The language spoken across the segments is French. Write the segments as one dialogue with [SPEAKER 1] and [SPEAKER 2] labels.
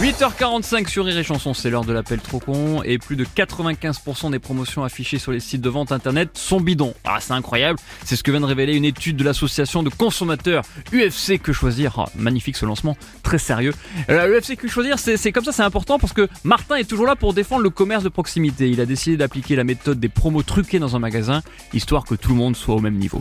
[SPEAKER 1] 8h45 sur Rire et Chanson, c'est l'heure de l'appel trop con et plus de 95% des promotions affichées sur les sites de vente internet sont bidons. Ah, c'est incroyable, c'est ce que vient de révéler une étude de l'association de consommateurs UFC Que Choisir. Ah, magnifique ce lancement, très sérieux. Euh, UFC Que Choisir, c'est c'est comme ça, c'est important parce que Martin est toujours là pour défendre le commerce de proximité. Il a décidé d'appliquer la méthode des promos truqués dans un magasin, histoire que tout le monde soit au même niveau.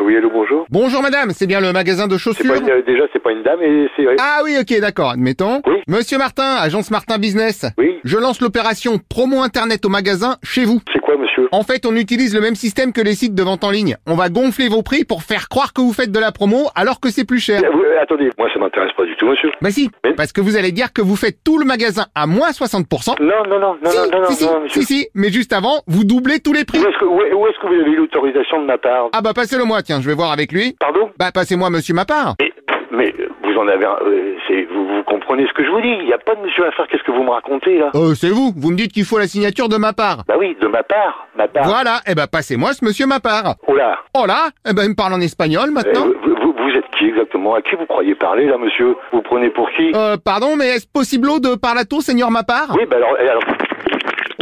[SPEAKER 2] Oui, allô, bonjour.
[SPEAKER 3] Bonjour madame, c'est bien le magasin de
[SPEAKER 2] C'est pas
[SPEAKER 3] chaussures
[SPEAKER 2] une, euh, déjà, c'est pas une dame et c'est. euh,
[SPEAKER 3] Ah oui, ok, d'accord, admettons.
[SPEAKER 2] Oui.
[SPEAKER 3] Monsieur Martin, agence Martin Business.
[SPEAKER 2] Oui.
[SPEAKER 3] Je lance l'opération promo internet au magasin chez vous.
[SPEAKER 2] C'est quoi, monsieur
[SPEAKER 3] En fait, on utilise le même système que les sites de vente en ligne. On va gonfler vos prix pour faire croire que vous faites de la promo alors que c'est plus cher.
[SPEAKER 2] Euh, vous- euh, Attendez, moi, ça m'intéresse pas du tout, monsieur.
[SPEAKER 3] Bah si,
[SPEAKER 2] Mais-
[SPEAKER 3] parce que vous allez dire que vous faites tout le magasin à moins 60%.
[SPEAKER 2] Non, non, non, non,
[SPEAKER 3] si,
[SPEAKER 2] non, non, non,
[SPEAKER 3] si, si,
[SPEAKER 2] non, monsieur.
[SPEAKER 3] si, si, mais juste avant, vous doublez tous les prix.
[SPEAKER 2] Où est-ce que, où est- où est-ce que vous avez eu l'autorisation de ma part
[SPEAKER 3] Ah bah passez-le moi, tiens, je vais voir avec lui.
[SPEAKER 2] Pardon
[SPEAKER 3] Bah passez-moi monsieur ma part.
[SPEAKER 2] mais, mais euh, vous en avez un. euh, c'est- vous, vous comprenez ce que je vous dis Il n'y a pas de monsieur à faire. Qu'est-ce que vous me racontez, là
[SPEAKER 3] Euh, c'est vous, vous me dites qu'il faut la signature de ma part.
[SPEAKER 2] Bah oui, de ma part. Ma
[SPEAKER 4] Ah.
[SPEAKER 2] part.
[SPEAKER 3] Voilà, eh ben passez-moi ce monsieur ma part.
[SPEAKER 2] Oh là
[SPEAKER 3] Oh là, eh ben, il me parle en espagnol
[SPEAKER 2] Euh,
[SPEAKER 4] Eh
[SPEAKER 3] maintenant.
[SPEAKER 2] vous, vous- vous êtes qui exactement À qui vous croyez parler, là, monsieur Vous prenez pour qui
[SPEAKER 3] Euh, pardon, mais est-ce possible de parler à tout, seigneur ma part
[SPEAKER 2] Oui, bah alors. euh, alors-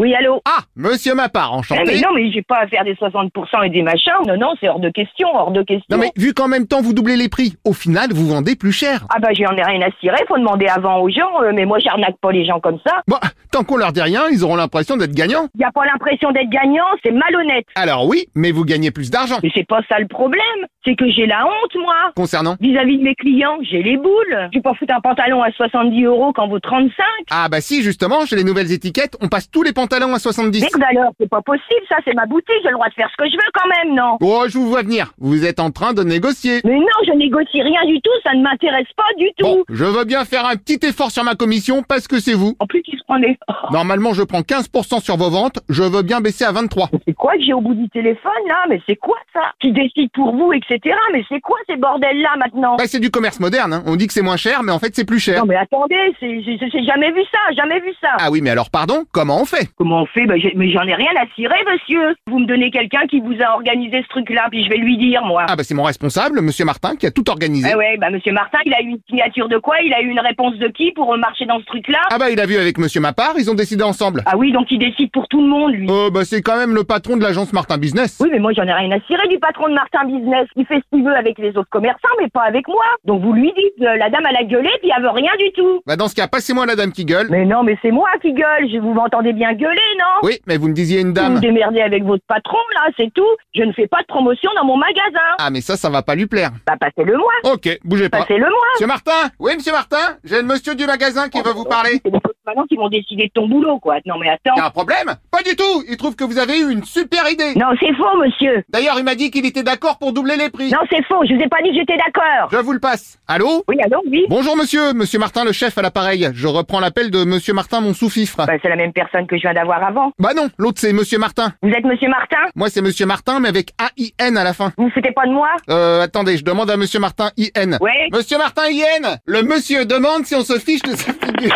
[SPEAKER 4] Oui, allô
[SPEAKER 3] Ah, monsieur ma part,
[SPEAKER 4] Ah,
[SPEAKER 3] enchanté.
[SPEAKER 4] mais non, mais j'ai pas à faire des 60% et des machins. Non, non, c'est hors de question, hors de question.
[SPEAKER 3] Non, mais vu qu'en même temps vous doublez les prix, au final vous vendez plus cher.
[SPEAKER 4] Ah bah j'en ai rien à cirer, faut demander avant aux gens, euh, mais moi j'arnaque pas les gens comme ça.
[SPEAKER 3] Bon, tant qu'on leur dit rien, ils auront l'impression d'être gagnants.
[SPEAKER 4] Y a pas l'impression d'être gagnant, c'est malhonnête.
[SPEAKER 3] Alors oui, mais vous gagnez plus d'argent.
[SPEAKER 4] Mais c'est pas ça le problème, c'est que j'ai la honte moi.
[SPEAKER 3] Concernant
[SPEAKER 4] Vis-à-vis de mes clients, j'ai les boules. Je vais pas foutre un pantalon à 70 euros quand vaut 35.
[SPEAKER 3] Ah bah si, justement, chez les nouvelles étiquettes, on passe tous les pantalons à 70.
[SPEAKER 4] Merde alors, c'est pas possible ça, c'est ma boutique, j'ai le droit de faire ce que je veux quand même, non
[SPEAKER 3] Oh, je vous vois venir. Vous êtes en train de négocier.
[SPEAKER 4] Mais non, je négocie rien du tout, ça ne m'intéresse pas du tout.
[SPEAKER 3] Bon, je veux bien faire un petit effort sur ma commission parce que c'est vous.
[SPEAKER 4] En plus, il se prend des...
[SPEAKER 3] Normalement, je prends 15% sur vos ventes, je veux bien baisser à 23.
[SPEAKER 4] Mais C'est quoi que j'ai au bout du téléphone là Mais c'est quoi ça Qui décide pour vous, etc. Mais c'est quoi ces bordels là maintenant
[SPEAKER 3] Bah, c'est du commerce moderne, hein. on dit que c'est moins cher, mais en fait c'est plus cher.
[SPEAKER 4] Non mais attendez, c'est- j'ai j'ai jamais vu ça, jamais vu ça.
[SPEAKER 3] Ah oui, mais alors pardon, comment on fait
[SPEAKER 4] Comment on fait Bah, j'ai- Mais j'en ai rien à cirer, monsieur. Vous me donnez quelqu'un qui vous a organisé ce truc-là, puis je vais lui dire, moi.
[SPEAKER 3] Ah bah c'est mon responsable, monsieur Martin, qui a tout organisé.
[SPEAKER 4] Eh ouais, bah Monsieur Martin, il a eu une signature de quoi Il a eu une réponse de qui pour euh, marcher dans ce truc-là
[SPEAKER 3] Ah bah il a vu avec monsieur Mapart, ils ont décidé ensemble.
[SPEAKER 4] Ah oui, donc il décide pour tout le monde, lui.
[SPEAKER 3] Euh bah c'est quand même le patron de l'agence Martin Business.
[SPEAKER 4] Oui, mais moi j'en ai rien à cirer du patron de Martin Business. Il fait ce qu'il veut avec les autres commerçants, mais pas avec moi. Donc vous lui dites, euh, la dame elle a gueulé, puis elle veut rien du tout.
[SPEAKER 3] Bah dans ce cas, passez-moi la dame qui gueule.
[SPEAKER 4] Mais non, mais c'est moi qui gueule. Je vous m'entendez bien gueuler, non
[SPEAKER 3] Oui, mais vous me disiez une
[SPEAKER 4] Vous vous
[SPEAKER 3] dame.
[SPEAKER 4] démerdez avec votre patron, là, c'est tout. Je ne fais pas de promotion dans mon magasin.
[SPEAKER 3] Ah mais ça, ça va pas lui plaire.
[SPEAKER 4] Bah, passez-le moi.
[SPEAKER 3] Ok, bougez pas.
[SPEAKER 4] Passez-le moi.
[SPEAKER 3] Monsieur Martin Oui, monsieur Martin J'ai le monsieur du magasin qui veut vous parler. Ah.
[SPEAKER 4] C'est les autres maintenant qui vont décider de ton boulot, quoi. Non, mais
[SPEAKER 3] Y a
[SPEAKER 4] attends.
[SPEAKER 3] un problème Pas du tout Il trouve que vous avez eu une super idée
[SPEAKER 4] Non, c'est faux, monsieur.
[SPEAKER 3] D'ailleurs, il m'a dit qu'il était d'accord pour doubler les prix.
[SPEAKER 4] Non, c'est faux. Je vous ai pas dit que j'étais d'accord.
[SPEAKER 3] Je vous le passe. Allô
[SPEAKER 4] Oui, alors, oui.
[SPEAKER 3] Bonjour monsieur, monsieur Martin le chef à l'appareil. Je reprends l'appel de monsieur Martin mon sous-fifre.
[SPEAKER 4] Bah, c'est la même personne que je viens d'avoir avant.
[SPEAKER 3] Bah non, l'autre c'est monsieur Martin.
[SPEAKER 4] Vous êtes monsieur Martin
[SPEAKER 3] Moi c'est monsieur Martin mais avec A-I-N à la fin.
[SPEAKER 4] Vous vous foutez pas de moi
[SPEAKER 3] Euh, attendez, je demande à monsieur Martin I-N.
[SPEAKER 4] Ouais.
[SPEAKER 3] Monsieur Martin I-N Le monsieur demande si on se fiche de sa figure.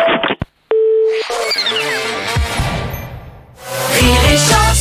[SPEAKER 5] Rire et chanson.